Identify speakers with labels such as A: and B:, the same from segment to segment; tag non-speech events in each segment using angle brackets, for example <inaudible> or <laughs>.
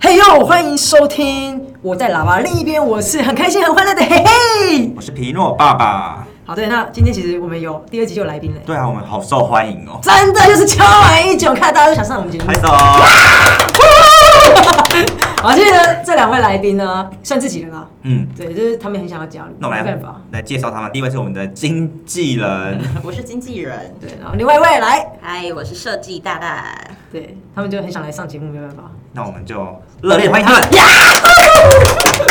A: 嘿呦，欢迎收听！我在喇叭另一边，我是很开心、很欢乐的嘿嘿。
B: 我是皮诺爸爸。
A: 好，对，那今天其实我们有第二集就有来宾了，
B: 对啊，我们好受欢迎哦。
A: 真的就是敲完一九，看大家都想上我们节目
B: 拍。手！
A: 好，今天呢这两位来宾呢，算自己人啦，
B: 嗯，
A: 对，就是他们很想要加入，
B: 那我们
A: 没
B: 来
A: 办法。
B: 来介绍他们。第一位是我们的经纪人，
C: 我是经纪人，
A: 对，然后另外一位来，
C: 嗨，我是设计大大。
A: 对他们就很想来上节目，没办法。
B: 那我们就热烈欢迎他们。
C: <laughs>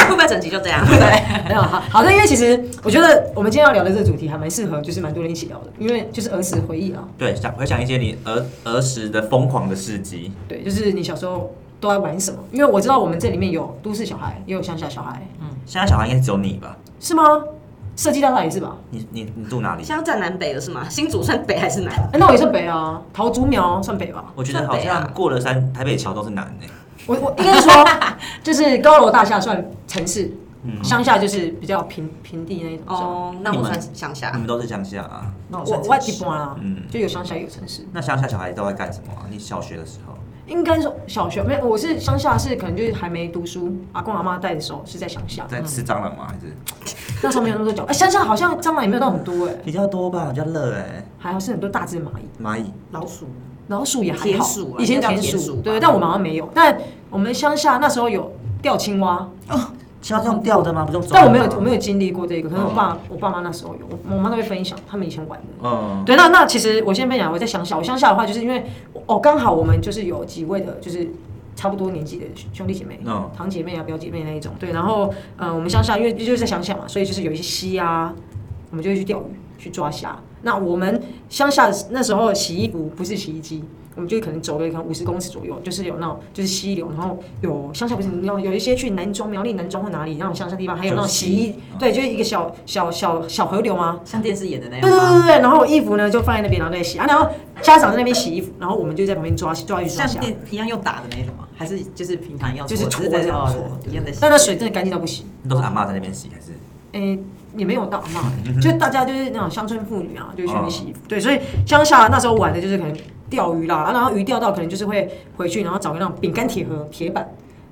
C: 会不会整集就这样？ <laughs> 对，
A: 没有好好的，因为其实我觉得我们今天要聊的这个主题还蛮适合，就是蛮多人一起聊的，因为就是儿时回忆啊，
B: 对，想回想一些你儿儿时的疯狂的事迹。
A: 对，就是你小时候都在玩什么？因为我知道我们这里面有都市小孩，也有乡下小孩，
B: 现在小孩应该只有你吧？
A: 是吗？设计大大也是吧？
B: 你你你住哪里？
C: 现在站南北了是吗？新竹算北还是南？
A: 哎、那我也算北啊，桃竹苗算北吧。
B: 我觉得
C: 算
B: 好
C: 北啊
B: 像过了山，台北桥都是南诶、
A: 我我应该是
C: <laughs>
A: 说，就是高楼大厦算城市，
B: 嗯，
A: 乡下就是比较平平地那一种。哦，
C: 哦，那我算乡
B: 你
C: 下。
B: 们都是乡下啊。
A: 那
C: 我啊
A: 我
C: 算
A: 我
C: 城
A: 一
C: 市
A: 般啦，
B: 嗯
A: 就有乡下也有城市。
B: 那乡下小孩都在干什么啊？你小学的时候，
A: 应该说小学没有，我是乡下是可能就是还没读书，阿公阿妈带的时候是在乡下，
B: 在吃蟑螂吗？还
A: 嗯
B: 是
A: 那时候没有那么多脚。哎、乡下好像蟑螂也没有到很多哎、
B: 比较多吧，比较热诶、
A: 还好是很多大只蚂蚁。
B: 蚂蚁，
C: 老鼠，
A: 老鼠也还好，
C: 田鼠啊
A: 以前
C: 应该叫
A: 田
C: 田鼠吧
A: 对，但我们好像没有。但我们乡下那时候有钓青蛙，
B: 是要这样吊的吗？不用走的吗。
A: 但我没有，我没有经历过这个。可能我爸，我爸妈那时候有，我我妈都会分享他们以前玩的。
B: 嗯，
A: 对，那那其实我先分享，我在乡下，我乡下的话，就是因为哦，刚好我们就是有几位的，就是差不多年纪的兄弟姐妹、
B: 嗯
A: 堂姐妹啊、表姐妹那一种。对，然后呃，我们乡下因为就是在乡下嘛，所以就是有一些溪啊，我们就会去钓鱼、去抓虾。那我们乡下那时候洗衣服不是洗衣机，我们就可能走了可能五十公尺左右，就是有那种就是溪流，然后有乡下不是你要有一些去南庄、苗栗南庄或哪里那种乡下地方，还有那种洗衣
B: 就，是
A: 对，就是一个小小小小河流啊吗？
C: 像电视演的那
A: 对对？对对，然后衣服呢就放在那边，然后再洗啊，然后家长在那边洗衣服，然后我们就在旁边抓抓
C: 嗯
A: 鱼抓虾，
C: 一样用打的那种吗？还是就是平常要
A: 就是搓这样搓，
C: 一样的哦
A: 但那水真的干净到不行，
B: 都是阿妈在那边洗还是？
A: 诶、也没有大骂、就大家就是那种乡村妇女啊，就去那边洗衣服，对，所以乡下那时候玩的就是可能钓鱼啦，啊然后鱼钓到可能就是会回去，然后找个那种饼干铁盒铁板，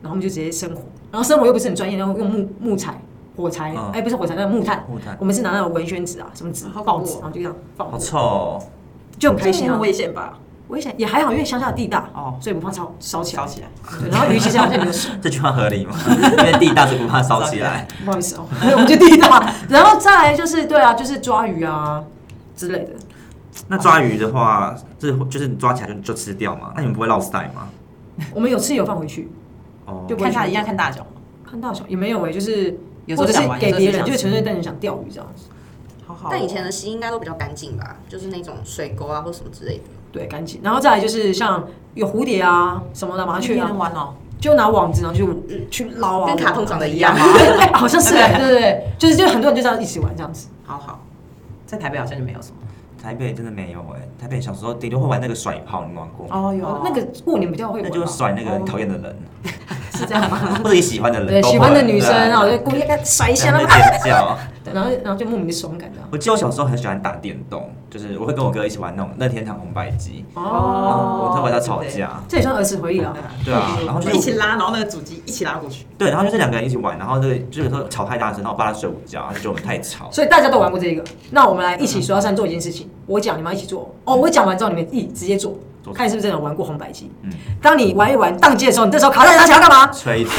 A: 然后我们就直接生火，然后生火又不是很专业，然后用木木材火柴，哎、
B: 嗯
A: 不是火柴，那个木炭，
B: 木炭
A: 我们是拿那种文宣纸啊，什么纸
C: 好恐
A: 报
C: 怖
A: 纸，
C: 哦
A: 然后就这样放
B: 好
A: 火，
B: 臭、哦！
A: 就很开心啊。
C: 危险吧？
A: 危险也还好，因为乡下的地大，
C: 哦
A: 所以不怕烧烧起来。
C: 起来，
A: 对，然后鱼其实好像也没有水，
B: 这句话合理吗？ <laughs> 因为地大是不怕烧起来。
A: 不好意思 <laughs> 哦、我们就地大。然后再来就是对啊，就是抓鱼啊之类 <laughs> 的。
B: 那抓鱼的话，这就是你抓起来就就吃掉嘛？那你们不会落塞吗？
A: 我们有吃有放回去，
B: 哦，
A: 就不会去
C: 样看大小嘛，
A: 看大小也没有哎、就是
D: 有时
A: 或
D: 候
A: 者
D: 想
A: 是
D: 玩
A: 给
D: 有时候
A: 别
D: 就
A: 人，
D: 想
A: 就
D: 吃
A: 纯粹带人想钓鱼这样子。
D: 好好哦
C: 但以前的溪应该都比较干净吧？就是那种水沟啊或什么之类的。
A: 对，干净。然后再来就是像有蝴蝶啊什么的麻雀
D: 一
A: 啊
D: 人，玩哦，
A: 就拿网子然后去去捞啊，
C: 跟卡通长得一样吗？
A: <laughs>
C: 啊
A: 哎、好像是哎、对对对，就是就很多人就这样一起玩这样子。
D: 好好，在台北好像就没有什么
B: 台北真的没有哎、台北小时候顶多会玩那个甩炮，你们玩过吗？
D: 哦，
A: 那个过年比较会
B: 那
A: 玩
B: 就是
A: 吧。
B: 甩那个你讨厌的人，
D: 是这样吗？
B: <laughs> 或者你喜欢的
A: <laughs>
B: 人，
A: 哦对，
B: 都会
A: 喜欢的女生，然后我
B: 对
A: 就故意给她甩一
B: 在
A: 下，然
B: 那
A: 后
B: 边尖叫。
A: 对，然后然后就莫名的爽感这样。
B: 我记得我小时候很喜欢打电动，就是我会跟我哥一起玩那种任天堂红白机，然
A: 哦，
B: 后我们会玩到吵架。
A: 这也算儿时回忆了。
B: 对啊，
A: 哦
B: 然后就是
D: 一起拉，然后那个主机一起拉过去，
B: 对，然后就是两个人一起玩，然后这个就是有时候吵太大声，然后我爸他睡午觉，他就觉得我们太吵。
A: 所以大家都玩过这个，那我们来一起数到三做一件事情，我讲你们要一起做哦，我讲完之后你们一起直接做
B: 做，
A: 看是不是真的有玩过红白机。
B: 嗯
A: 当你玩一玩宕机的时候，你这时候卡在拿起来要干 <laughs> 嘛？
B: 吹一吹，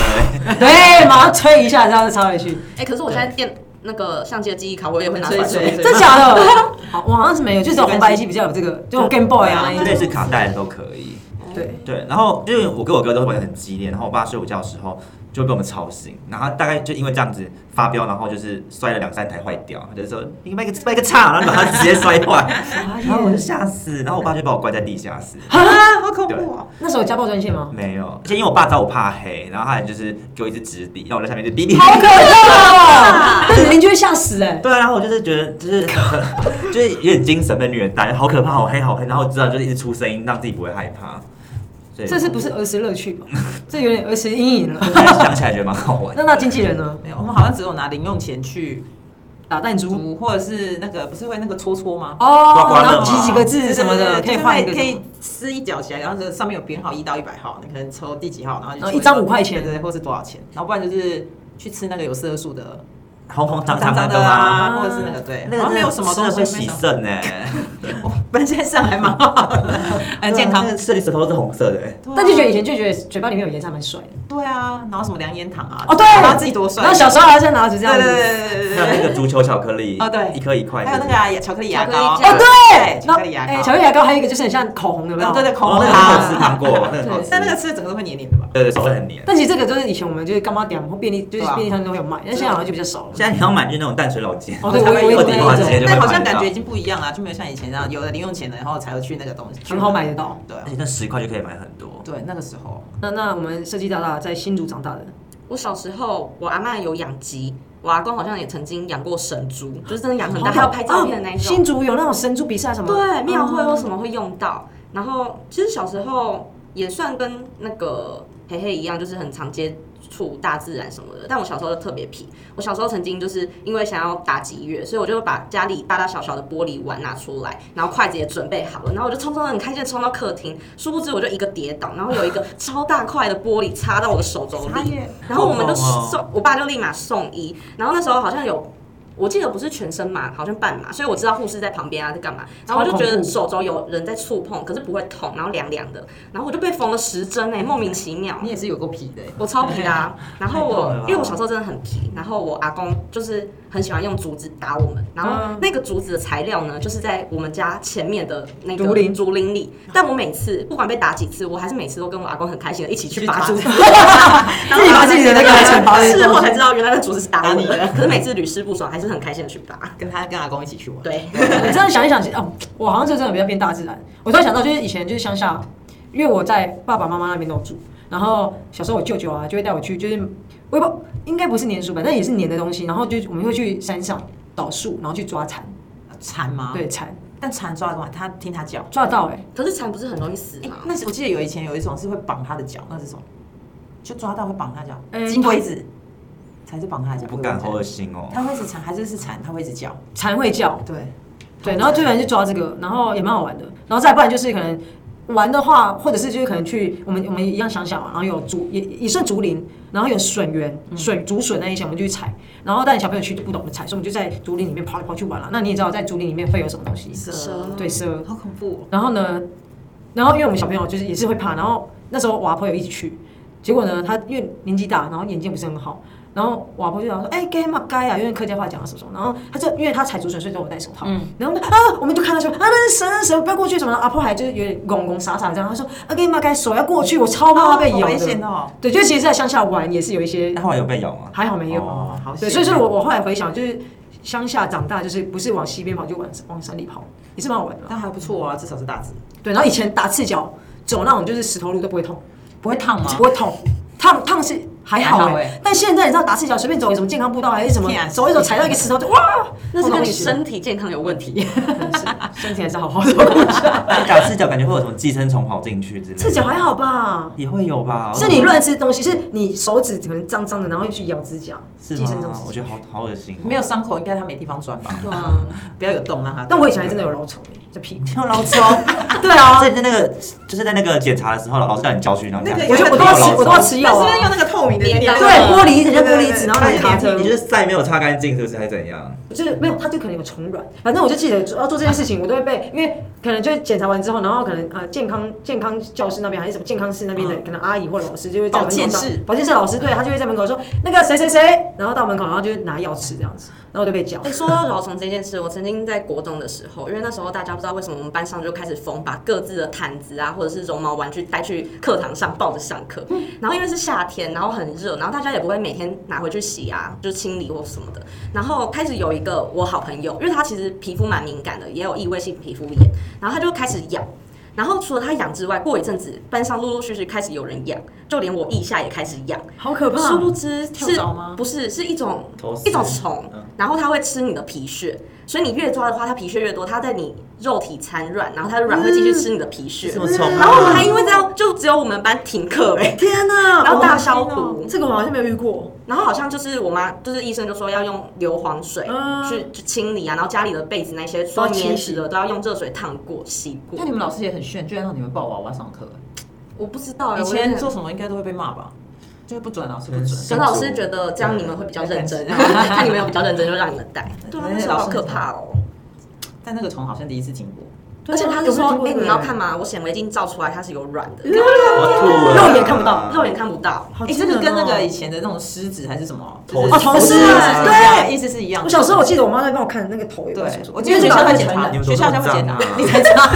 A: 对，马上吹一下，这样就插回去，
C: 哎，可是我现在电那个相机的记忆卡，我也会拿出来
D: 所以
C: 吹。
D: 所以
A: 真假的？好，我好像是没有，就只有红白机比较有这个，就 Game Boy 啊那一
B: 类
A: 种。
B: 似卡带的都可以。
A: 对，
B: 对，然后就是我跟我哥都玩的很激烈，然后我爸睡午觉的时候就会被我们吵醒，然后他大概就因为这样子发飙，然后就是摔了两三台坏掉，他就说你卖个卖个叉，然后把它直接摔坏，然后我就吓死，然后我爸就把我关在地下室。
D: 啊，好恐
B: 怖
D: 哦！
A: 那时候有家暴专线吗？
B: 没有，而且因为我爸知道我怕黑，然后他还就是给我一支纸笔，然后我在下面就哔哔。
A: 好可怕哦！但你邻居会吓死哎。
B: 对啊，然后我就是觉得就是 <laughs> 就是有点精神被虐待，好可怕，好黑好黑，然后我知道就是一直出声音，让自己不会害怕。所以
A: 这是不是儿时乐趣吧？这有点儿时阴影了。 <laughs>
B: 现在想起来觉得蛮好玩
A: 那。那经纪人呢？
D: 没有，我们好像只有拿零用钱去
A: 打弹珠
D: 煮或者是那个不是会那个搓搓吗？
B: 刮
A: 哦，
B: 刮乐
A: 然后
B: 嘛
A: 几几个字什么的，
D: 对对对
A: 可以
D: 就是
A: 换一
D: 会
A: 个
D: 可
A: 什
D: 以
A: 么。
D: 撕一角起来，然后这上面有编号一到一百号，你可能抽第几号，然后就
A: 然后
D: 抽
A: 哦一张五块钱
D: 对对，对或是多少钱，然后不然就是去吃那个有色素的，
B: 红红糖
D: 脏
B: 糖
D: 脏
B: 的
D: 的
B: 啊，
D: 啊，或者是那个对，
B: 那
D: 好
B: 个
D: 像没有什么
B: 真
D: 东
B: 的
D: 西
B: 会洗
D: 没有
B: 肾呢，
D: <laughs> 本身上还蛮好的，
A: <laughs>
D: 很健康
A: 啊
B: 啊那。个射你舌头都是红色的欸，
D: 对啊
A: 但就觉得以前就觉得嘴巴里面有盐还蛮帅的。
D: 对啊，然后什么凉烟糖啊，
A: 哦，对，
D: 然后自己多帅，
A: 然后小时候还是拿着这
D: 对
A: 样
D: 对
A: 子，
D: 对对对
B: 还有
D: 对
B: 那个足球巧克力，
D: 哦对
B: 一颗一块
D: 对，
B: 的，
D: 还有那个啊巧克力牙膏，
C: 巧克力酱
D: 对，
A: 然
D: 巧克
A: 后
D: 力牙
A: 哦哎
D: 膏，嗯
A: 巧克力牙膏还有一个就是很像口红的，有没有？
D: 对对，口
B: 哦，
D: 红
B: 那
D: 的
B: 个好
D: 啊
B: 吃，糖果，那个好吃，
D: 但那个吃了整个都会黏黏的吧？
B: 对对，手会很黏。
A: 但其实这个就是以前我们就是干妈点或便利，就是
D: 对啊
A: 便利商店都会有卖，但现在好像就比较少了。
B: 现在你要买就是那种淡水老街，
A: 哦，对，我我
D: 有
A: 也
B: <laughs> 二
A: 有
B: 底
A: 那
B: 花街
A: 种，
B: 就会
D: 但好
B: 买
D: 像
B: 得
D: 感
B: 到
D: 觉已经不一样了，就没有像以前那样有了零用钱了，然后才会去那个东西，
A: 很好买得到。
D: 对啊
B: 而且那十块就可以买很多。
D: 对，那个时候
A: 那那我们设计大大在新竹长大的，
C: 我小时候，我阿妈有养鸡，我阿公好像也曾经养过神猪，就是真的养很大，还有拍照片的那一
A: 哦
C: 种。
A: 新竹有那种神猪比赛什么？
C: 对，庙会
A: 哦
C: 或什么会用到。然后其实小时候也算跟那个黑黑一样，就是很常接触大自然什么的。但我小时候就特别皮，我小时候曾经就是因为想要打击乐，所以我就把家里大大小小的玻璃碗拿出来，然后筷子也准备好了，然后我就匆匆的很开心的冲到客厅，殊不知我就一个跌倒，然后有一个超大块的玻璃插到我的手肘里，然后我们就
B: 好痛哦
C: 送，我爸就立马送医，然后那时候好像有。我记得不是全身麻，好像半麻，所以我知道护士在旁边啊，在干嘛。然后我就觉
A: 超恐
C: 得
A: 怖
C: 手肘有人在触碰，可是不会痛，然后凉凉的。然后我就被缝了十针哎、莫名其妙。
D: 你也是有够皮的欸，
C: 我超皮的、啊，
A: 哎
C: 然后
B: 太痛
C: 我
B: 了吧
C: 因为我小时候真的很皮，然后我阿公就是很喜欢用竹子打我们，然后
A: 嗯
C: 那个竹子的材料呢，就是在我们家前面的那个
A: 竹林
C: 竹林里。但我每次不管被打几次，我还是每次都跟我阿公很开心的一起去拔竹子， <laughs> 然后
A: 自己拔自己的那个惩罚的
C: 事后才知道原来那竹子是打你
D: 打你
A: <laughs>
C: 的，可是每次屡试不爽，还是很开心的去拔。
D: 跟他跟阿公一起去玩，
C: 对，
A: 我这样想一想，其实哦，我好像就真的比较变大自然。我突然想到，就是以前就是乡下，因为我在爸爸妈妈那边都住，然后小时候我舅舅啊就会带我去，就是我也不应该不是粘鼠吧，但也是粘的东西。然后就我们会去山上找树，然后去抓蝉，
D: 蝉吗？，
A: 对蝉
D: 但蝉抓的话，他听他叫。
A: 抓到哎、
C: 可是蝉不是很容易死
D: 哎
C: 吗？
D: 那是我记得有以前有一种是会绑他的脚，那是什么？就抓到会绑他脚，
A: 嗯
D: 金龟子才是绑他的
B: 我
D: 脚。
B: 不敢，好
D: 对
B: 恶
D: 对
B: 心哦。
D: 它会一直缠，还是是缠，它会一直叫。
A: 蝉会叫，
D: 对，
A: 对，然后最喜欢去抓这个，然后也蛮好玩的。然后再不然就是可能玩的话，或者是就是可能去我们我们一样想想嘛，然后有竹也也算竹林，然后有笋园、笋竹笋那一些，我们就去采。然后但小朋友去就不懂得采，所以我们就在竹林里面跑来跑去玩了。那你也知道，在竹林里面会有什么东西？
C: 呃蛇
A: 对，蛇。
D: 哎好恐怖、哦。
A: 然后呢，然后因为我们小朋友就是也是会怕，然后那时候我阿婆有一起去，结果呢，他因为年纪大，然后眼睛不是很好，然后我阿婆就讲说，哎、该嘛该啊，因为客家话讲的什么什么，然后他就因为他踩竹笋，所以叫我戴手套，
D: 嗯
A: 然后我们就啊，我们就看他说啊，那是蛇，那是蛇，不要过去什么的，阿婆还就是有点拱拱傻傻的这样，他说啊，该嘛该，手要过去，我超怕被咬
D: 好危
A: 的，
D: 险哦。
A: 对，就其实在乡下玩也是有一些
B: 那后来有被咬吗？
A: 还好没有，
B: 哦
D: 好
A: 对，所
D: 险。
A: 以说我我后来回想就是乡下长大就是不是往西边跑，就往往山里跑，也是蛮好玩的。
D: 但还不错啊，至少是大字，
A: 对，然后以前打赤脚走那种就是石头路都不会痛，
D: 不会烫吗
A: 不？会痛，烫烫是还好
D: 啊还
A: 哎、
D: 好欸
A: 但现在你知道打赤脚随便走有什么健康步道还是什么
D: 天，啊
A: 走一走踩到一个石头就哇，
C: 那是
A: 痛到
C: 跟
A: 不
C: 你
A: 行
C: 身体健康有问题。
A: <laughs> 身体还是好好的。
B: <laughs> 但打赤脚感觉会有什么寄生虫跑进去之类的。
A: 赤脚还好吧？
B: 也会有吧？
A: 是你乱吃东西，是你手指可能脏脏的，然后又去咬指甲，
B: 是
A: 寄生虫
B: 吗？我
A: 死。
B: 觉得好好恶心哦。
D: 没有伤口，应该它没地方钻吧？
C: 对 <laughs> 啊，
D: 不要有洞让它。
A: 但我以前还真的有老虫哎，这屁股。
B: 没有老师哦。
A: <laughs> 对啊
B: 所，以在那个就是在那个检查的时候，老师叫你教训，然后你
D: 那个
A: 我就我都要吃，我都要吃药
D: 是不是用
A: 啊。
D: 那个透明的
C: 粘
D: 粘
C: 到
D: 到？
A: 对，玻璃人家玻璃纸，然后来卡车
B: 你。就是再没有擦干净，是不是还是怎样？
A: 就是没有，他就可能有虫卵。反正我就记得要做这件事情，我都会被，因为可能就检查完之后，然后可能呃健康健康教室那边还是什么健康室那边的、
D: 嗯
A: 可能阿姨或老师就会在
D: 保
A: 门口
D: 健
A: 上
D: 室
A: 哦保健室老师对他就会在门口说那个谁谁谁，然后到门口然后就拿药吃这样子，然后我就被叫
C: 哎、。说到老虫这件事，我曾经在国中的时候，因为那时候大家不知道为什么我们班上就开始疯，把各自的毯子啊，或者是绒毛玩具带去课堂上抱着上课。然后因为是夏天，然后很热，然后大家也不会每天拿回去洗啊，就清理或什么的。然后开始有一个我好朋友，因为他其实皮肤蛮敏感的，也有异位性皮肤炎，然后他就开始痒。然后除了他痒之外，过一阵子班上陆陆续续开始有人痒，就连我腋下也开始痒。
A: 好可
C: 殊不知
D: 跳
C: 是
D: 蚤吗
C: 不是是一种
B: 头丝
C: 一种虫
B: 嗯，
C: 然后它会吃你的皮屑，所以你越抓的话，它皮屑越多，它在你肉体产卵，然后它的卵会继续吃你的皮屑。
B: 这么丑
C: 然后我们还
B: 还
C: 因为这样，就只有我们班停课哎、
A: 天哪！
C: 然后大消
A: 我
C: 毒
A: 的天哪这个我好像没有遇过。
C: 然后好像就是我妈，就是医生就说要用硫磺水
A: 嗯
C: 去去清理啊，然后家里的被子那些
A: 都
C: 所
A: 要
C: 有
A: 清洗
C: 粘屎的都要用热水烫过、洗过
D: 那。你们老师也很炫，居然让你们抱娃娃上课。
C: 我不知道、欸，
D: 以
C: 我有点
D: 前做什么应该都会被骂吧？就是不准，老师不
B: 真
D: 准。
B: 是
C: 可是老师觉得这样你们会比较认 <laughs> 真，看你们有比较认真就让你们带。对啊，那时候好可怕哦、
D: 但那个虫好像第一次经过，
C: 而且他是说，哎、你要看
A: 嘛？
C: 嘛，我显微镜照出来它是有卵的，
B: 我吐了，
A: 肉眼看不到
C: 肉眼看不到。
A: 好
D: 哎，这
A: 惊人
D: 个跟那个
A: 哦
D: 以前的那种狮子还是什么
B: 头
D: 就是
A: 头狮
D: 狮子
A: 对
D: 对，意思是一样的。
A: 我小时候我记得我妈在帮我看那个头有没有什
D: 对
A: 么，
D: 我记得学校会检查
B: 你们
D: 的，学
B: 手
D: 校
B: 上
D: 就
B: 有
D: 会检查
B: 脏啊，
D: 你才知道， <laughs>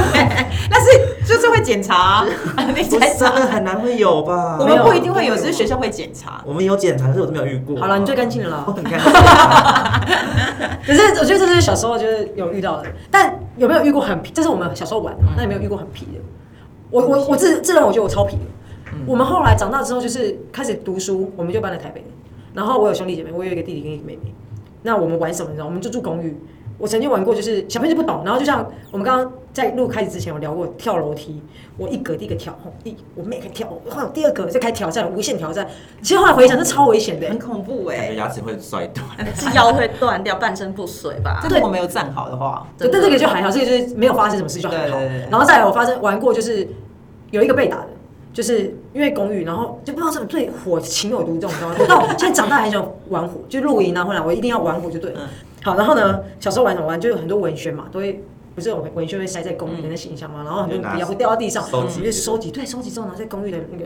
D: 但是就是会检 <laughs> 查，啊
B: 不
D: 你才
B: 是
D: 知
B: 真
D: 道。
B: 的很难会有吧？
D: 我们不一定会有，只是学校会检查。
B: 我们有检查，但是我都没有遇过。
A: 好了，你最干净了
B: 我
A: 啦。
B: 很
A: <laughs>
B: 干净。
A: 可是我觉得这就是小时候就是有遇到的，但有没有遇过很皮？这是我们小时候玩的，那有没有遇过很皮的？我我我自自认我觉得我超皮的。我们后来长大之后就是开始读书，我们就搬来台北。然后我有兄弟姐妹，我有一个弟弟跟一个妹妹。那我们玩什么？你知道，我们就住公寓。我曾经玩过，就是小朋友就不懂，然后就像我们刚刚在录开始之前有聊过跳楼梯，我一格第一个跳，吼一我妹开始跳，我有第二格再开始挑战，无限挑战。其实后来回想，这超危险的、欸
D: 很恐怖
B: 感觉
D: 哎，
B: 牙齿会摔
A: <laughs>
B: 断。
C: 是腰会断掉，半身不遂吧
D: 但？如果没有站好的话，
A: 对，但这个就还好，这个就是没有发生什么事就还好
D: 对对对。
A: 然后再来，我发生玩过就是有一个被打的，就是因为公寓，然后就不知道怎么对火情有独钟，你知道吗？到现在长大还想玩火，就露营啊，或者我一定要玩火就对了。好，然后呢，小时候玩什么玩，就有很多文宣嘛，都会。不是有文文宣会塞在公寓的那行李箱嘛，然后很多笔啊会掉到地上，
B: 收
A: 我
B: 集
A: 们就收集，对，收集之后拿在公寓的那个，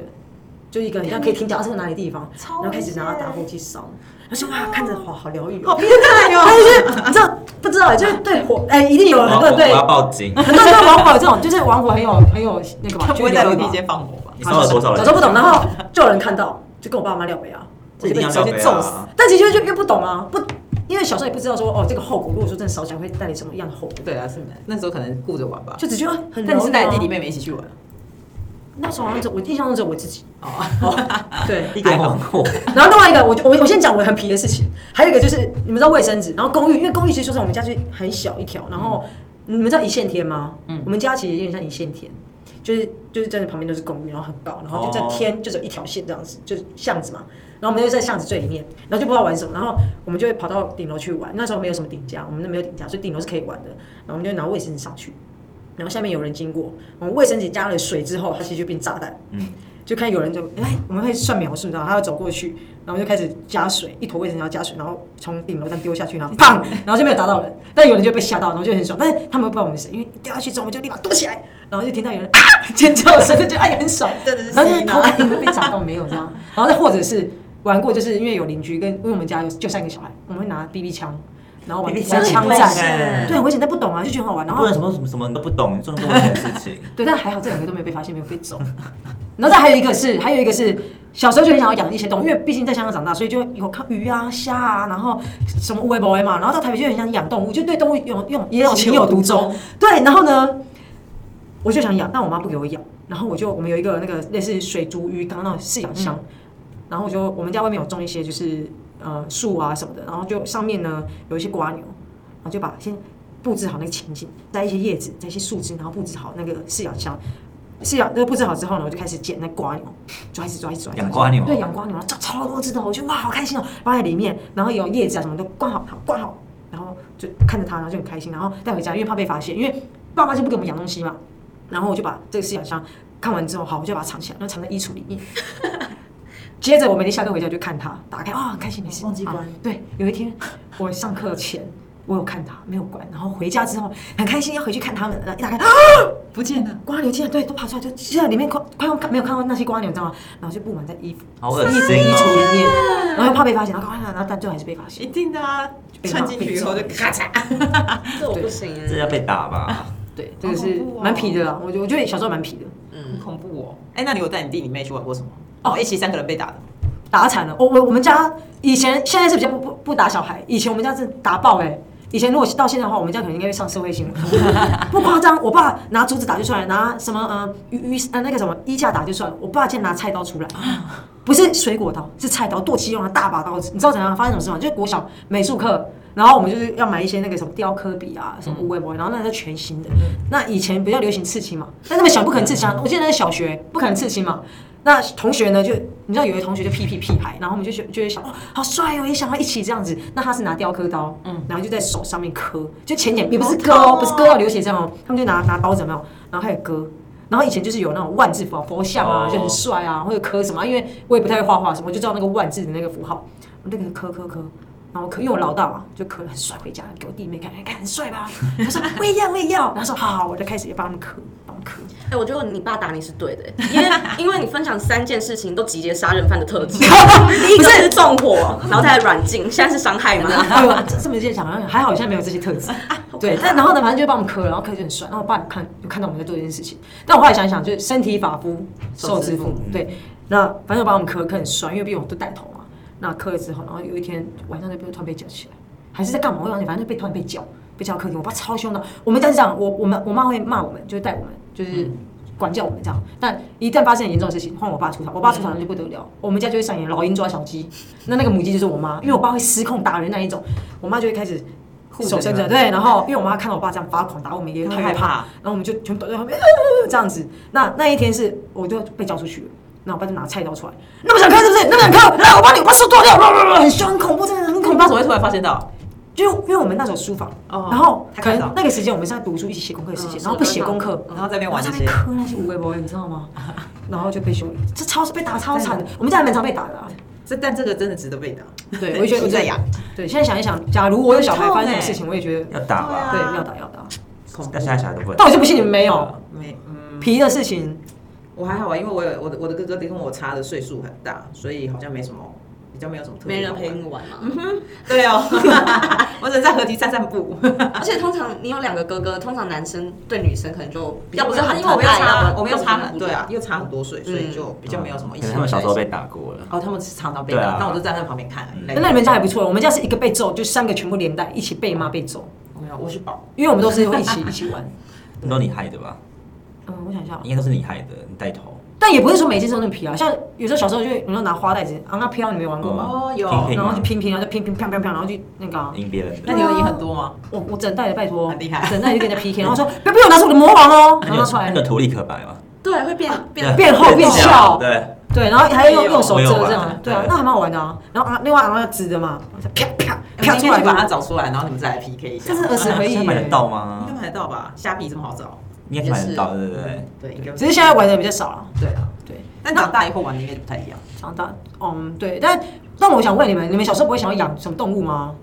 A: 就一个很像可以停脚踏车的哪里地方，然后开始拿打火机烧，然后就哇看着哇好疗愈哦，
D: 好变态
A: 但
D: 哦！
A: 是你知道不知道？就是对火，哎、一定有很多人对
B: 我要报
A: <laughs>
B: 警。
A: 很多人对玩火有这种，就是玩火很有很有那个嘛，
D: 他不会在
A: 就
D: 楼
A: 是聊
D: 梯
A: 嘛
D: 间放火吧？
B: 你烧了多少
A: 小
B: 人
A: 时？候不懂，然后就有人看到，就跟我爸妈聊没啊，
B: 这一定要小
D: 直
B: 飞
D: 接揍死
B: 啊！
A: 但其实就越不懂啊，不，因为小时候也不知道说哦，这个后果如果说真的烧起来会带来什么样的后果，
D: 对啊，是的那时候可能顾着玩吧。
A: 就只觉得很。
D: 但你是带着弟弟？妹妹一起去玩
A: 啊
D: 啊
A: 那时候好像只我印象中只有我自
D: <laughs>
A: 己。
D: 哦，
A: 对，
B: 一个网过，
A: 然后另外一个，我我我先讲我很皮的事情，还有一个就是你们知道卫生纸，然后公寓，因为公寓其实说实话，我们家就很小一条，然后、你们知道一线天吗？嗯，我们家其实有点像一线天，就是就是真的旁边都是公寓，然后很高，然后就在
B: 哦
A: 天、就只有一条线这样子，就是巷子嘛。然后我们就在巷子最里面，然后就不知道玩什么，然后我们就会跑到顶楼去玩。那时候没有什么顶架，我们那没有顶架，所以顶楼是可以玩的。然后我们就拿卫生纸上去，然后下面有人经过，我们卫生纸加了水之后，它其实就变炸弹。
B: 嗯，
A: 就看有人就哎、我们会算秒数，然后他要走过去，然后就开始加水，一坨卫生纸要加水，然后从顶楼上丢下去，然后砰，然后就没有打到人，但有人就被吓到，然后就很爽，但是他们不知道我们是谁，因为一掉下去之后我们就立马躲起来，然后就听到有人啊尖叫声，就觉得哎很爽，
D: 真的是
A: 然后就
D: 吸引
A: 头
D: 啊
A: 发顶被砸到没有这样，然后再或者是玩过，就是因为有邻居跟因为我们家有就三个小孩，我们会拿 BB 枪，然后玩
B: BB
A: 玩枪
B: 枪
A: 战，
B: 很
A: 对，很危险，但不懂啊，就觉得很好玩，然
B: 然
A: 后
B: 后什么什么什么你都不懂，你做那么危险的事情，
A: <laughs> 对，但还好这两个都没有被发现，没有被走。 <laughs> 然后再还有一个是，还有一个是小时候就很想要养一些动物，因为毕竟在香港长大，所以就有看鱼啊、虾啊，然后什么乌龟、博龟嘛。然后到台北就很想养动物，就对动物有用也有情有独钟。对，然后呢，我就想养，但我妈不给我养。然后我就我们有一个那个类似水族鱼缸那种饲养箱，然后我就我们家外面有种一些就是呃树啊什么的，然后就上面呢有一些瓜牛，然后就把先布置好那个情景，摘一些叶子，摘一些树枝，然后布置好那个饲养箱。饲养那个布置好之后呢，我就开始捡那瓜牛，抓一只抓一只抓一只。
B: 养瓜牛
A: 对，养瓜牛，然后抓超多只的，我就哇好开心哦，放在里面，然后有叶子啊什么都灌好，好灌好，然后就看着它，然后就很开心，然后带回家，因为怕被发现，因为爸妈就不给我们养东西嘛。然后我就把这个饲养箱看完之后，好，我就把它藏起来，然后藏在衣橱里面。 <laughs> 接着我每天下课回家就看它，打开啊、很开心没事，
D: 忘记关
A: 好对，有一天我上课前我有看它，没有关，然后回家之后很开心要回去看它们，然后一打开啊，
D: 不见了。
A: 瓜牛竟然对都爬出来，就就在里面快快要看没有看到那些瓜牛，你知道吗？然后就布满在衣服
B: 好
D: 啊
B: 恶
A: 衣服
B: 心
A: 衣橱
B: 哦！
A: 里面，然后又怕被发现，然后快啊快然后但最后还是被发
D: 一
A: 现。
D: 定的啊！穿进去以后就咔嚓，
C: 这我不行
D: 欸
C: 哎、
B: 这要被打吧？
A: 对，这个是
D: 好恐怖哦
A: 蛮皮的啦，我觉得我觉得小时候蛮皮的。
D: 很恐怖哦。哎，那你有带你弟你妹去玩过什么？
A: 哦
D: 哦，一起三个人被打的，
A: 打惨了。我我我们家以前现在是比较不不不打小孩，以前我们家是打爆哎、以前如果到现在的话，我们家可能应该会上社会新闻，不夸张。我爸拿竹子打就算了，拿什么呃鱼鱼呃那个什么衣架打就算了，我爸竟然拿菜刀出来，不是水果刀，是菜刀，剁鸡用的大把刀子。你知道怎样发生什么事吗？就是国小美术课，然后我们就是要买一些那个什么雕刻笔啊，什么无为博，然后那是全新的。那以前比较流行刺青嘛，但那么小不可能刺青啊，我记得那是小学不可能刺青嘛。那同学呢，就你知道有些同学就屁屁屁孩，然后我们就觉就会想，哦，好帅哦，也想要一起这样子。那他是拿雕刻刀，嗯，然后就在手上面刻，就浅浅，也不是割
C: 好痛
A: 哦，
C: 哦
A: 不是割到流血这样哦，他们就拿拿刀怎么样，然后开始割。然后以前就是有那种万字符号佛像啊，
B: 哦
A: 就很帅啊，或者刻什么啊，因为我也不太会画画什么，我就知道那个万字的那个符号，我那个刻刻刻，然后刻，因为我老大嘛，就刻得很帅，回家给我弟妹看，哎看很帅吧，他说我也要我也要，然后说好，我就开始也帮他们刻，帮他们刻。
C: 哎、我觉得你爸打你是对的、欸因为 <laughs> 因为你分享三件事情都集结杀人犯的特质， <laughs> 第一个是纵火，然后再来软禁，现在是伤害 <laughs> 吗？
A: <laughs> 哎呦，这这么一件想，还好我现在没有这些特质。对，但然后呢，反正就帮我们磕，然后磕就很帅，然后我爸看有看到我们在做这件事情，但我后来想一想，就是身体发肤受之父，嗯对，那反正我把我们磕磕很帅，因为毕竟我都带头嘛。那磕了之后，然后有一天晚上就被突然被叫起来，还是在干嘛？我忘记，反正就被突然被叫，被叫到客厅，我爸超凶的。我们家是这样，我我们我妈会骂我们，就是带我们，就是管教我们这样。但一旦发生很严重的事情，换我爸出场，我爸出场就不得了，我们家就会上演老鹰抓小鸡，那那个母鸡就是我妈，因为我爸会失控打人那一种，我妈就会开始。手伸着，对，然后因为我妈看到我爸这样发狂打我们，也
D: 因为
A: 太
D: 害
A: 害怕，
D: 怕，
A: 然后我们就全部躲在后面，呃这样子。那那一天是我就被叫出去了，那我爸就拿菜刀出来，那么想看是不是？那么想看，来我帮你把手剁掉，很凶，很恐怖，真的很
D: 你
A: 恐怖
D: 爸怎。么会突然发现到？
A: 就因为我们那时候书房，
D: 哦
A: 然后
D: 他
A: 可
D: 看
A: 能
D: 到，哦
A: 那个时间我们是在读书一起写功课的时间，
C: 嗯
A: 然后不写功课，
D: 然后在那
A: 然
D: 边
A: 后
D: 玩
A: 在那
D: 这
A: 边
D: 些，
A: 磕那些无微博，你知道 <laughs> 吗？然后就被凶，这超被打超惨的，我们家还蛮常被打的啊。
D: 这但这个真的值得被打。
A: 对，
D: <laughs>
A: 我就觉得
D: 皮在痒，
A: 对，现在想一想，假如我有小孩
D: 很痛
A: 发生这种
D: 欸
A: 事情，我也觉得
B: 要打吧？
A: 对，要打要打。
D: 恐怖
B: 但现在小孩都不能
A: 但。我就不信你们没有
D: 没，嗯，
A: 皮的事情，
D: 我还好啊，因为我有我的我的哥哥跟我差的岁数很大，所以好像没什么，比较没有什么特别。
C: 没人陪你。玩嘛。
D: 对哦， <laughs> 我只能在河堤散散步。
C: 而且通常你有两个哥哥，通常男生对女生可能就比
D: 比
C: 较不是很
D: 因为我
C: 疼
D: 没有
C: 爱啊
D: 差，，我没有差很
C: 不
D: 对啊，又差很多岁，所以就比较没有什么一
B: 嗯可
D: 起。
B: 能他们小时候被打过了。
D: 哦，他们是常常被
B: 对啊
D: 打，那我就站在旁边看。
B: 嗯
D: 累
A: 那你们家还不错，我们家是一个被揍，就三个全部连带一起被骂被揍，
D: 我没有，我是宝。
A: 因为我们都是会一起一起玩。
B: 那都你害的吧？
A: <laughs> 嗯，我想一下啊，
B: 应该都是你害的，你带头。
A: 但也不是说每件事都那么皮啊，像有时候小时候就你说拿花袋子，啊那飘你没玩过吗？
D: 哦有
B: 拼拼
A: 然后
B: 嘛
A: 就拼拼，然后就拼拼啪啪啪，然后就那个啊、
B: 赢别人
D: 那
B: 的。
D: 你有赢很多吗？
A: 我我整袋的拜托，
D: 很厉害
A: 整袋就跟人家 PK，然后说不要不要拿出我的魔王哦，
B: 那
A: 然
B: 你
A: 后
B: 有
A: 拿出来
B: 那，个图立可白吗？
C: 啊对，会变变
B: 对
A: 变厚变翘
B: 对，
A: 对，然后还要用
D: 哎呦
A: 用手
B: 我有
A: 遮
B: 玩
A: 这样，对啊，
B: 对
A: 那还蛮好玩的啊。然后啊，另外然后要直的嘛，啪啪
D: 哎你
A: 啪
D: 应
A: 出
D: 该
A: 来
D: 去把它
A: 吧，
D: 找出来，然后你们再来 PK 一下。
A: 这
D: 嗯
A: 是儿时回忆
B: 哎现在买得
A: 耶。
B: 到
D: 应该
B: 吗？
D: 买得到吧？虾皮这么好找？嗯
B: 应该买得到，对不对？
D: 对，应该。
A: 只是现在玩的比较少了，
D: 对啊，
A: 对，
D: 但长大以后玩的应该不太一样。
A: 长大，嗯，对，但但我想问你们，你们小时候不会想要养什么动物吗？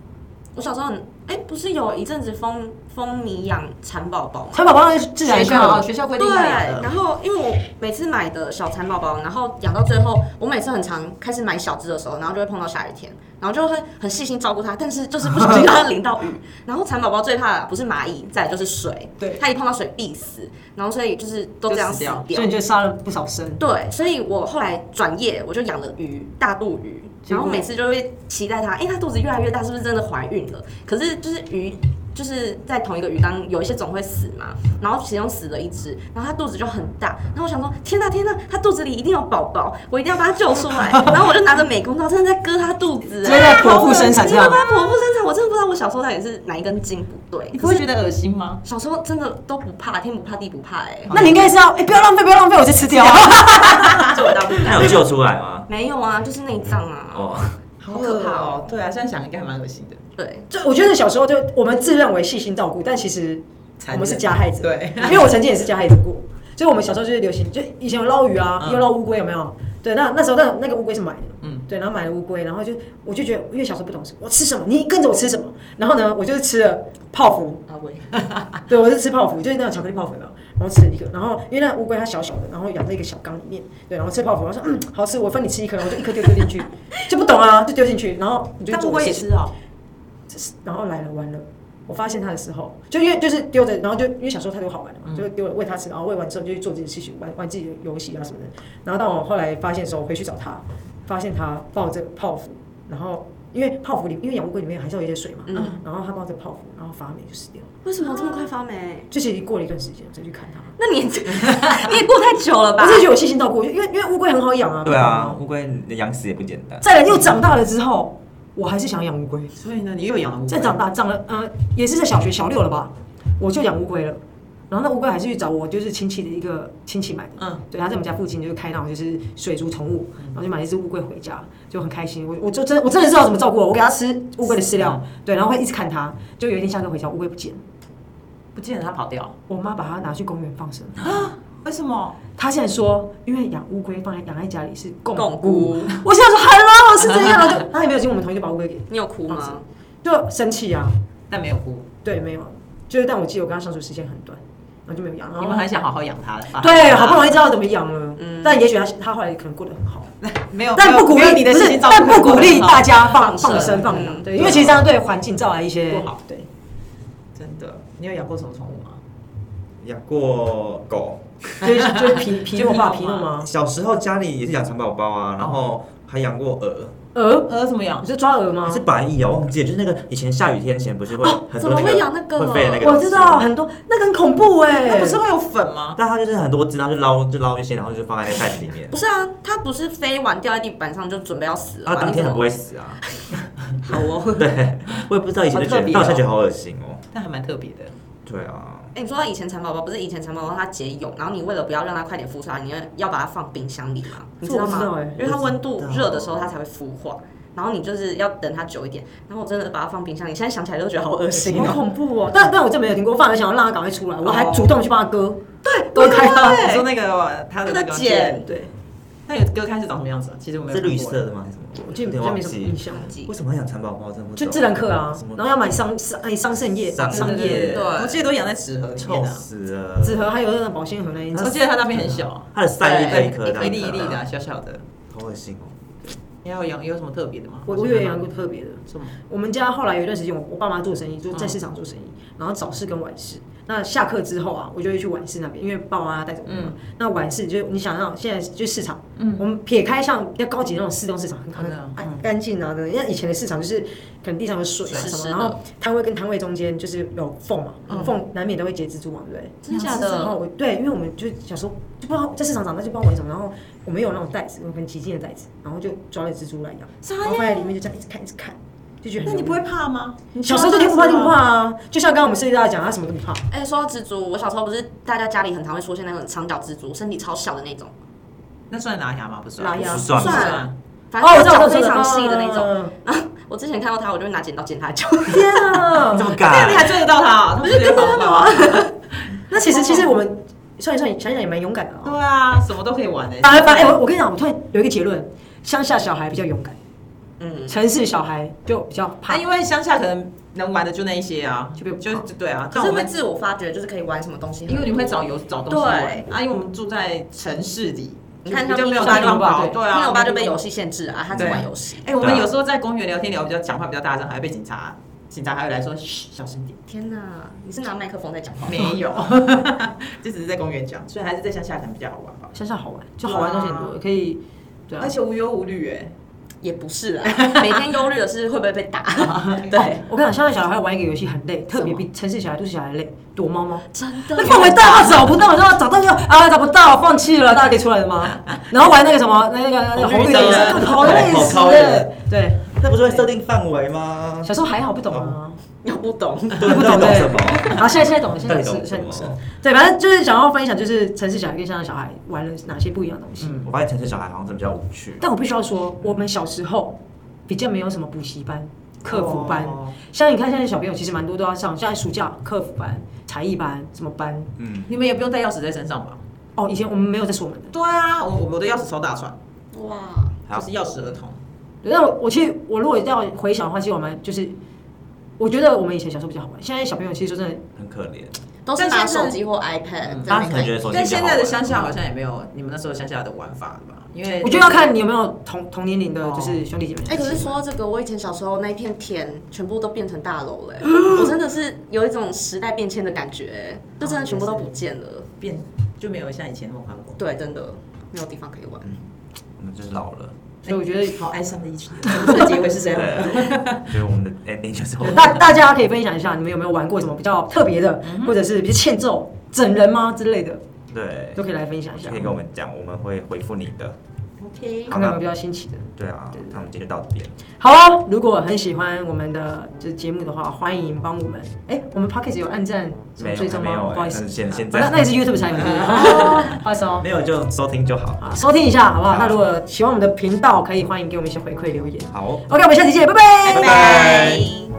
C: 我小时候很，哎、不是有一阵子风风靡养蚕宝宝吗？
A: 蚕宝宝那是自然
D: 啊，
A: 课，
D: 学校规定
C: 对，
D: 要养的
C: 然后因为我每次买的小蚕宝宝，然后养到最后，我每次很常开始买小只的时候，然后就会碰到下雨天，然后就会很细心照顾它，但是就是不小心让它淋到雨。然后蚕宝宝最怕的不是蚂蚁，再来就是水，
A: 对
C: 它一碰到水必死，然后所以就是都这样死掉。
A: 所以你就杀了不少生。
C: 对，所以我后来转业，我就养了鱼，大肚鱼，然后每次就会期待它，哎、它肚子越来越大，是不是真的怀孕了？可是就是鱼。就是在同一个鱼缸，有一些总会死嘛，然后其中死了一只，然后它肚子就很大，然后我想说，天呐天呐，它肚子里一定有宝宝，我一定要把它救出来，然后我就拿着美工刀，真的在割它肚子、
A: 真的在剖腹生产
C: 啊真
A: 这
C: 的
A: 样
C: 在剖腹生产，我真的不知道我小时候到底是哪一根筋不对，
D: 你不会觉得恶心吗？
C: 小时候真的都不怕，天不怕地不怕、哎，
A: 那你应该是要，哎、不要浪费，不要浪费，我就吃掉。啊
D: 这我倒不
B: 那有救出来吗？
C: 没有啊，就是内脏啊，
B: 哦，
D: 好可怕哦。对啊，现在想应该还蛮恶心的。
C: 对，
A: 就我觉得小时候就我们自认为细心照顾，但其实我们是加害者。
D: 对，
A: 因为我曾经也是加害者过，所以我们小时候就是流行，就以前有捞鱼啊，
D: 嗯
A: 又捞乌龟，有没有？对，那那时候那那个乌龟是买的，嗯
D: 嗯，
A: 对，然后买了乌龟，然后就我就觉得，因为小时候不懂事，我吃什么你跟着我吃什么，然后呢，我就是吃了泡芙，
C: 阿威。
D: 啊
A: 对，我是吃泡芙，就是那种巧克力泡芙嘛，然后吃了一个，然后因为那乌龟它小小的，然后养在一个小缸里面，对，然后吃泡芙，我说嗯好吃，我分你吃一颗，然后我就一颗丢丢进去，就不懂啊，就丢进去，然后你就
D: 但乌
A: 做我
D: 龟
A: 事
D: 也是哦，
A: 然后来了完了，我发现他的时候，就因为就是丢着，然后就因为小时候太多好玩的嘛，就丢了喂他吃，然后喂完之后就去做自己的事情，玩玩自己的游戏啊什么的。然后到我后来发现的时候，我回去找他，发现他抱着泡芙，然后因为泡芙里因为养乌龟里面还是有一些水嘛，
C: 嗯
A: 然后他抱着泡芙，然后发霉就死掉了。
C: 为什么这么快发霉？
A: 这其实已经过了一段时间，我再去看他。
C: 那你 <laughs> 你也过太久了吧
A: 我？是觉得有细心到过，因为因为因为乌龟很好养啊。
B: 对啊，，乌龟养死也不简单。
A: 再来又长大了之后，我还是想养乌龟。
D: 所以呢，你又养了乌龟
A: 再长大长了，呃，也是在小学小六了吧，我就养乌龟了。然后那乌龟还是去找我就是亲戚的一个亲戚买的，
D: 嗯，
A: 对，他在我们家附近就是开那种就是水族宠物，然后就买了一只乌龟回家，就很开心。我我就真我真的知道怎么照顾了，我给它吃乌龟的饲料，对，然后会一直看它。就有一天下课回家，乌龟不见了，
D: 不见得它跑掉
A: 我妈把它拿去公园放生。
D: 啊？为什么？
A: 她现在说，因为养乌龟放在养在家里是共
C: 共
A: 辜
C: 辜。
A: 我现在说海妈妈是这样的，就她也没有经我们同意就把乌龟给，
C: 你有哭吗？
A: 就生气啊。
D: 但没有哭，
B: 嗯
A: 对，没有，就是但我记得我跟他相处时间很短，然后就没有养。然
D: 你
A: 后
D: 们还想好好养啊它的吧？
A: 哦对，好不容易知道怎么养了，
C: 嗯
A: 但也许他他后来可能过得很好，
D: 没有，
A: 但
D: 哦没有
A: 不鼓励
D: 没有你的
A: 不
D: 事
A: 是
D: 情照
A: 但
D: 顾
A: 不鼓励大
D: 家，
A: 家放
C: 放
A: 放
C: 生
A: 生放养，
C: 嗯
A: 对，因为其实这样对环境造来一些
D: 不好
A: 对，
D: 真的。你有养过什么宠物吗？
B: 养过狗，
A: 就是就是
D: <laughs>
A: 皮皮
D: 就
A: 诺
D: 皮诺
A: 化
D: 嘛
A: 皮诺吗？
B: 小时候家里也是养蚕宝宝啊，然后还养过鹅，
A: 鹅，
D: 呃，怎么养
A: 你？是抓鹅吗
B: 还是？白蚁啊，忘记了，就是那个以前下雨天前不是会很多
C: 怎么
B: 那个
C: 会养那个
B: 会飞的那个，
A: 我知道。很多，那个很恐怖哎
D: 它不，是会有粉吗？
B: 但它就是很多只，然后就捞就捞一些，然后就放在那个袋子里面
C: 不。是啊，它不是飞完掉在地板上就准备要死了
B: 它
C: 吗？
B: 当天很
C: 你怎
B: 不
C: 么
B: 会死啊！
C: 好
D: <laughs>
C: 哦。
B: 对，我也不知道以前就觉
D: 好
B: 得，
D: 特别哦
B: 但我现在觉得好恶心哦。
D: 但还蛮特别的。
B: 对啊，
C: 哎、你说到以前蚕宝宝，不是以前蚕宝宝它解蛹，然后你为了不要让它快点孵出来，你要要把它放冰箱里嘛，你知道哎吗？
A: 这我不知道欸
C: 因为它温
B: 我
C: 度
B: 知道
C: 热的时候它才会孵化，然后你就是要等它久一点。然后我真的把它放冰箱里，现在想起来都觉得好恶心
A: 好
C: 哦、
A: 恐怖哦！但但我真没有听过，我反而想要让它赶快出来，我还
D: 嗯哦
A: 主动去帮它割，
C: 对，
A: 割开它， <laughs>
D: 你说那个它的
C: 它
D: 那
C: 的
D: 个
C: 茧，
A: 对，
D: 那个割开是长什么样子啊？其实我没有
B: 是绿
D: 看过
B: 色的吗？还是什么？
A: 我记
B: 有
A: 得
B: 点
A: 真
B: 忘
A: 没什么
B: 记
A: 印。象。
B: 为什么要养蚕宝宝？真的不懂
A: 就自然课啊
B: 哦什，
A: 然后要买桑桑哎桑葚叶
B: 桑
A: 桑
D: 对对对
A: 叶
D: 对，
C: 对
D: 我记得都养在纸盒里面
B: 臭
D: 的啊。
B: 死了！
A: 纸盒，还有那个保鲜盒那一
D: 我
A: 种。
D: 记得它那边很小啊，
B: 它的鳃一颗
D: 对
B: 一颗的，
D: 一粒一粒的啊，小小的。
B: 好恶心哦。
D: 你还有养有什么特别的吗？
A: 我我有养过特别的，
D: 什么？
A: 我们家后来有一段时间，我我爸妈做生意，就
C: 嗯
A: 在市场做生意，然后早市跟晚市。那下课之后啊，我就会去晚市那边，因为爸妈带着我
C: 嗯
A: 们嘛。那晚市就你想想，现在就市场，嗯，我们撇开像比较高级的那种市东市场，很很
D: 嗯
A: 很干净啊的，因为以前的市场就是可能地上有水啊
C: 是
A: 什么，
C: 是的嗯
A: 然后摊位跟摊位中间就是有缝嘛，缝难免都会结蜘蛛网，对不对？
C: 真假
A: 然后
C: 的？
A: 我对，因为我们就想说，就不知道在市场长大就不知道玩什么，然后我们有那种袋子，我们很极尽的袋子，然后就抓了蜘蛛来养，
C: 啥
A: 然
C: 呀
A: 后放在里面就这样一直看一直看，就觉得嗯
D: 那
A: 很
D: 你
A: 有
D: 不会怕吗？
A: 趣小时候就天不怕地不怕啊，就像刚刚我们设计大家讲，啊他什么都不怕，
C: 哎、说到蜘蛛，我小时候不是大家家里很常会出现那种长脚蜘蛛，身体超小的那种，
D: 那算拉牙吗？不算，
A: 拉牙
B: 不算
D: 不
C: 算
D: 算。
C: 反正
A: 哦我
C: 它
A: 知道
C: 脚
A: 我知道
C: 非常细的那种。
A: 嗯
C: 我之前看到它，我就会拿剪刀剪它的脚。
A: 天啊
B: 这！
C: <laughs>
B: 么
D: 那你
B: 敢？
D: 还追得到它？不是跟它们玩？
A: 那其实其实我们算一算，想想也蛮勇敢的啊。
D: 对啊，什么都可以玩的。
A: 反而反而哎，我我跟你讲，我突然有一个结论：乡下小孩比较勇敢，
C: 嗯，哎
A: 城市小孩就比较怕
D: 那。啊因为乡下可能能玩的就那一些啊，
A: 就比较
D: 就对啊。
C: 可
D: 但
C: 是
D: 我
C: 会
D: 们
C: 自我发掘，就是可以玩什么东西。
D: 因为你会找有找东西玩
C: 对
D: 啊，因为我们住在城市里，
C: 你看
D: 就
C: 像
D: 比较没有
C: 你爸
D: 地方
A: 就玩
D: 跑。
A: 对
D: 对
C: 因
D: 啊，
C: 为我爸就被游戏限制啊，他只玩游戏。
D: 哎，我们
B: 对啊
D: 有时候在公园聊天聊比较讲话比较大声，还会被警察，警察还会来说嘘，小声 <laughs> 点。
C: 天哪，你是拿麦克风在讲话？
D: 没有， <laughs> 就只是在公园讲，所以还是在乡下可能比较好玩吧。
A: 乡下好玩，就好玩的东西很多，可以对啊
D: 而。且无忧无虑哎、
C: 也不是啦，每天忧虑的是会不会被打。
D: <laughs> 对，
A: 我跟你讲，乡下小孩玩一个游戏很累，特别
D: 什么
A: 比城市小孩、都市小孩累，躲猫猫。
C: 真
A: 那范围大到找不到，然后找到就啊找不到，放弃了，大家可以出来的 <laughs> 吗？然后玩那个什么，那个那个
D: 红绿
A: 红绿灯
D: 灯，
A: 好累
B: 跑
A: 死
B: 超
A: 了
B: 远。
A: 对，
B: 那不是会设定范围吗？
A: 小时候还好不懂啊，
C: 又不懂。
D: <laughs>
B: 对，不
A: 懂
B: 懂
A: 对
B: 什么？
A: 然后现在现在懂了，现
B: 到
A: 在
B: 底
A: 懂
B: 懂
A: 是
B: 什
A: 现在懂是。
B: 么？
A: 对，反正就是想要分享，就是城市小孩跟乡下小孩玩了哪些不一样的东西。
B: 我发现城市小孩好像真的比较无趣。
A: 但我必须要说，我们小时候比较没有什么补习班、客服班，
D: 哦
A: 像你看现在小朋友其实蛮多都要上，像暑假客服班、才艺班什么班。
B: 嗯，
D: 你们也不用带钥匙在身上吧？
A: 哦，以前我们没有在锁门的。
D: 对啊，我我我的钥匙超大串，
C: 哇，
B: 好
D: 就是钥匙儿童。
A: 对，但我我其实我如果要回想的话，其实我们就是，我觉得我们以前小时候比较好玩，现在小朋友其实说真的，
B: 很可怜。
C: 都是拿手机或 iPad 在
B: 大
C: 那
B: 家可能觉
C: 边
B: 得手机
D: 但
B: 比较
D: 现
B: 好玩
D: 在的乡下好像也没有你们那时候乡下的玩法了吧？因为
A: 我觉得要看你有没有同同年龄的，就是兄弟姐妹。
C: 哎、可是说到这个，我以前小时候那一片田全部都变成大楼
D: <laughs>
C: 了、欸我真的是有一种时代变迁的感觉、就真的全部都不见了。
D: 变就没有像以前那么宽广。
C: 对，真的没有地方可以玩。
B: 我们嗯就是老
A: <laughs>
B: 了，
A: 所以我觉得
D: 好哀伤的一群， <laughs> 这结尾是这样。
B: 对，所以我们的 ending 就是我们
A: 大大家可以分享一下，你们有没有玩过什么比较特别的，
C: 嗯
A: 或者是比较欠揍、整人吗之类的，
B: 对，
A: 都可以来分享一下
B: 可以。跟我们讲，我们会回复你的。
C: OK，
A: 看看有没有比较新奇的。
B: 对啊，那我们今天就到这边，
A: 好哦，如果很喜欢我们的就是节目的话，欢迎帮我们。哎、我们 p o c k e t 有按赞什么
B: 没有
A: 追踪
B: 还没
A: 吗？
B: 有哎
A: 不好意思，哦
B: 但是现现在
A: 那那也是 YouTube 才有，对不对哦 <laughs> 不好意思哦。
B: 没有就收听就好。
A: 啊，收听一下好不好？
B: 好
A: 那如果喜欢我们的频道，可以欢迎给我们一些回馈留言。
B: 好，
A: OK，我们下期见，拜拜
B: 拜拜
C: 拜